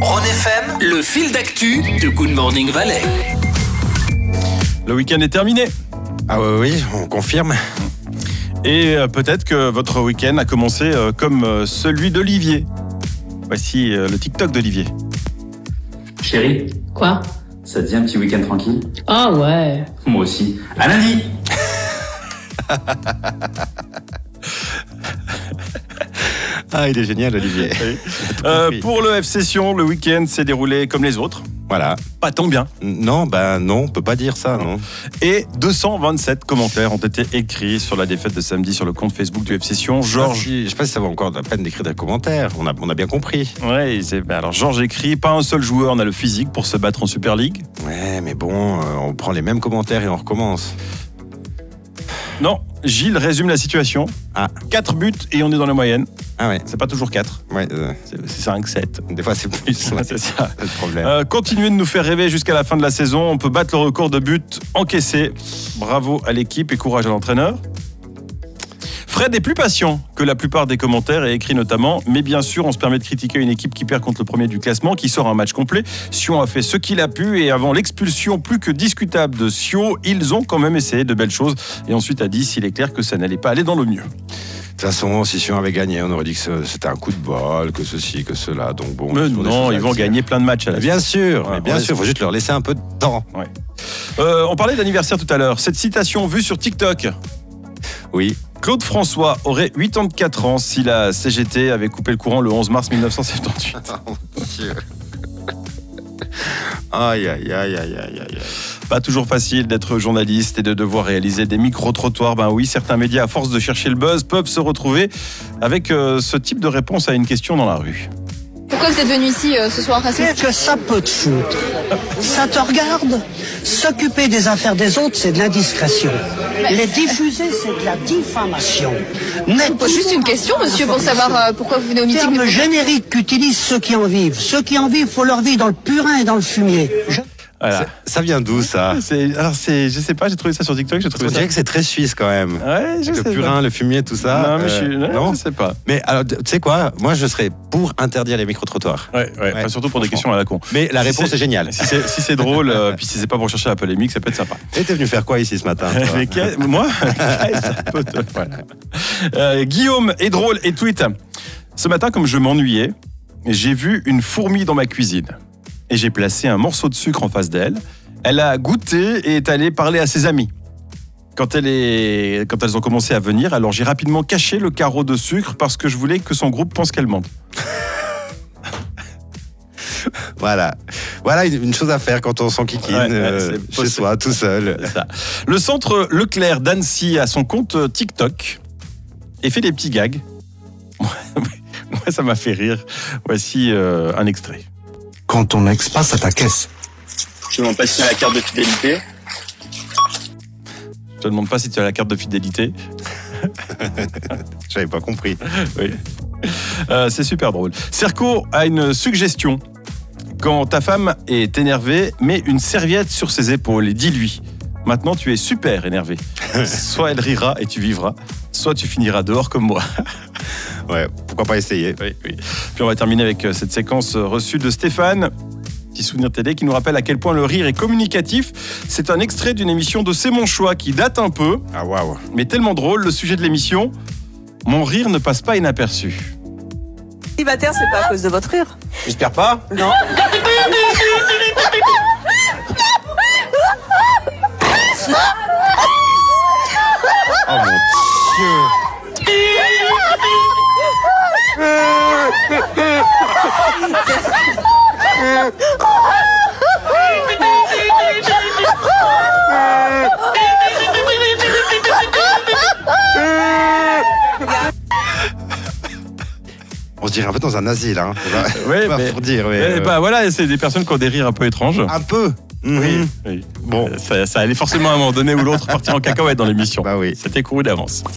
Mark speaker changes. Speaker 1: Ron FM, le fil d'actu de Good Morning Valley.
Speaker 2: Le week-end est terminé.
Speaker 3: Ah oui, oui, on confirme.
Speaker 2: Et euh, peut-être que votre week-end a commencé euh, comme euh, celui d'Olivier. Voici euh, le TikTok d'Olivier.
Speaker 4: Chérie,
Speaker 5: Quoi
Speaker 4: ça te dit un petit week-end tranquille
Speaker 5: Ah ouais.
Speaker 4: Moi aussi. À lundi
Speaker 3: Ah, il est génial, Olivier.
Speaker 2: Euh,
Speaker 3: compris.
Speaker 2: pour le F Session, le week-end s'est déroulé comme les autres.
Speaker 3: voilà.
Speaker 2: Pas tant bien.
Speaker 3: Non, ben non, on peut pas dire ça, non.
Speaker 2: Et 227 commentaires ont été écrits sur la défaite de samedi sur le compte Facebook du F Session. Georges.
Speaker 3: Je sais pas Ah, si ça vaut encore la peine d'écrire des commentaires. On a, on a bien compris.
Speaker 2: Ouais, c'est- bah, alors Georges écrit Pas un seul joueur n'a le physique pour se battre en Super League.
Speaker 3: Ouais, mais bon, euh, on prend les mêmes commentaires et on recommence.
Speaker 2: Non, Gilles résume la situation.
Speaker 3: Ah.
Speaker 2: 4 buts et on est dans la moyenne.
Speaker 3: Ah ouais,
Speaker 2: C'est pas toujours 4,
Speaker 3: ouais euh,
Speaker 2: c'est 5, 7.
Speaker 3: des fois c'est plus. ouais,
Speaker 2: C'est ça.
Speaker 3: c'est le problème.
Speaker 2: Euh, continuez de nous faire rêver jusqu'à la fin de la saison. On peut battre le record de buts encaissés. Bravo à l'équipe et courage à l'entraîneur. Fred est plus patient que la plupart des commentaires et écrit notamment Mais bien sûr, on se permet de critiquer une équipe qui perd contre le premier du classement, qui sort un match complet. Sion a fait ce qu'il a pu et avant l'expulsion plus que discutable de Sio, ils ont quand même essayé de belles choses. Et ensuite a dit S'il est clair que ça n'allait pas aller dans le mieux.
Speaker 3: De toute façon, si on avait gagné, on aurait dit que ce- c'était un coup de bol, que ceci, que cela. Donc bon.
Speaker 2: Mais
Speaker 3: ce sont des
Speaker 2: non,
Speaker 3: choses à
Speaker 2: ils vont
Speaker 3: dire.
Speaker 2: gagner plein de matchs à la
Speaker 3: Mais Bien sûr,
Speaker 2: Ouais,
Speaker 3: mais bien
Speaker 2: ouais,
Speaker 3: sûr. Faut juste leur laisser un peu de temps.
Speaker 2: Euh, on parlait d'anniversaire tout à l'heure. Cette citation vue sur TikTok.
Speaker 3: Oui.
Speaker 2: Claude François aurait 84 ans si la CGT avait coupé le courant le 11 mars 1978.
Speaker 3: Aïe, aïe, aïe, aïe, aïe, aïe.
Speaker 2: Pas toujours facile d'être journaliste et de devoir réaliser des micro-trottoirs. Ben oui, certains médias, à force de chercher le buzz, peuvent se retrouver avec euh, ce type de réponse à une question dans la rue.
Speaker 6: Pourquoi vous êtes venu ici euh, ce soir à
Speaker 7: Qu'est-ce que ça peut te foutre Ça te regarde S'occuper des affaires des autres, c'est de l'indiscrétion. Les diffuser, c'est de la diffamation. Mais
Speaker 6: Pose juste une question, monsieur, pour savoir euh, pourquoi vous venez au meeting.
Speaker 7: terme générique qu'utilisent ceux qui en vivent. Ceux qui en vivent, faut leur vie dans le purin et dans le fumier. Je-
Speaker 2: Voilà. Ah,
Speaker 3: Ça vient d'où ça
Speaker 2: C'est- alors c'est, je sais pas, j'ai trouvé ça sur TikTok, j'ai trouvé
Speaker 3: Je
Speaker 2: ça.
Speaker 3: dirais que c'est très suisse quand même.
Speaker 2: Ouais, je
Speaker 3: Avec
Speaker 2: sais
Speaker 3: le
Speaker 2: pas.
Speaker 3: purin, le fumier, tout
Speaker 2: non,
Speaker 3: ça.
Speaker 2: mais je,
Speaker 3: euh,
Speaker 2: suis- non,
Speaker 3: non
Speaker 2: je sais pas.
Speaker 3: Mais alors, tu sais quoi Moi, je serais pour interdire les micro-trottoirs.
Speaker 2: Ouais, ouais,
Speaker 3: Ouais,
Speaker 2: enfin, surtout pour des
Speaker 3: franchement.
Speaker 2: questions à la con.
Speaker 3: Mais la
Speaker 2: Si
Speaker 3: réponse
Speaker 2: c'est-
Speaker 3: est géniale.
Speaker 2: Si c'est, si c'est drôle, euh, puis si c'est pas pour chercher la polémique, ça peut être sympa.
Speaker 3: Et t'es venu faire quoi ici ce matin toi
Speaker 2: Mais qu'est- moi qu'est-ce que ça peut te- voilà. Euh, Guillaume est drôle et tweet. Ce matin, comme je m'ennuyais, j'ai vu une fourmi dans ma cuisine et j'ai placé un morceau de sucre en face d'elle. Elle a goûté et est allée parler à ses amis. Quand, elle est... Quand elles ont commencé à venir, alors j'ai rapidement caché le carreau de sucre parce que je voulais que son groupe pense qu'elle mente.
Speaker 3: Voilà. Voilà une, une chose à faire quand on s'en kikine
Speaker 2: Ouais, ouais,
Speaker 3: euh,
Speaker 2: c'est
Speaker 3: chez
Speaker 2: possible.
Speaker 3: soi, tout seul.
Speaker 2: Le centre Leclerc d'Annecy a son compte TikTok et fait des petits gags. Moi, ça m'a fait rire. Voici euh, un extrait.
Speaker 8: quand ton ex passe à ta caisse.
Speaker 9: Je demande pas si à la carte de fidélité.
Speaker 2: Je te demande pas si tu as la carte de fidélité.
Speaker 3: J'avais pas compris.
Speaker 2: Euh, c'est super drôle. Serco a une suggestion. Quand ta femme est énervée, mets une serviette sur ses épaules et dis-lui Maintenant, tu es super énervé. Soit elle rira et tu vivras, soit tu finiras dehors comme moi.
Speaker 3: Ouais, pourquoi pas essayer
Speaker 2: Oui, oui. Puis on va terminer avec euh, cette séquence euh, reçue de Stéphane, petit souvenir TD, qui nous rappelle à quel point le rire est communicatif. C'est un extrait d'une émission de C'est mon choix qui date un peu,
Speaker 3: Ah waouh.
Speaker 2: mais tellement drôle. Le sujet de l'émission Mon rire ne passe pas inaperçu.
Speaker 10: Célibataire, c'est pas à cause de votre rire.
Speaker 2: J'espère pas.
Speaker 10: Non.
Speaker 3: Oh
Speaker 2: Ah
Speaker 3: mon dieu. On se dirait un peu dans un asile, hein. On va-
Speaker 2: Ouais,
Speaker 3: on va
Speaker 2: mais-
Speaker 3: fourdir, mais,
Speaker 2: Eh
Speaker 3: euh,
Speaker 2: ben voilà, c'est des personnes qui ont des rires un peu étranges.
Speaker 3: un peu. Mhm.
Speaker 2: Oui.
Speaker 3: Bon.
Speaker 2: Ça, ça allait forcément à un moment donné ou l'autre partir en cacahuète dans l'émission.
Speaker 3: Bah oui.
Speaker 2: C'était couru d'avance.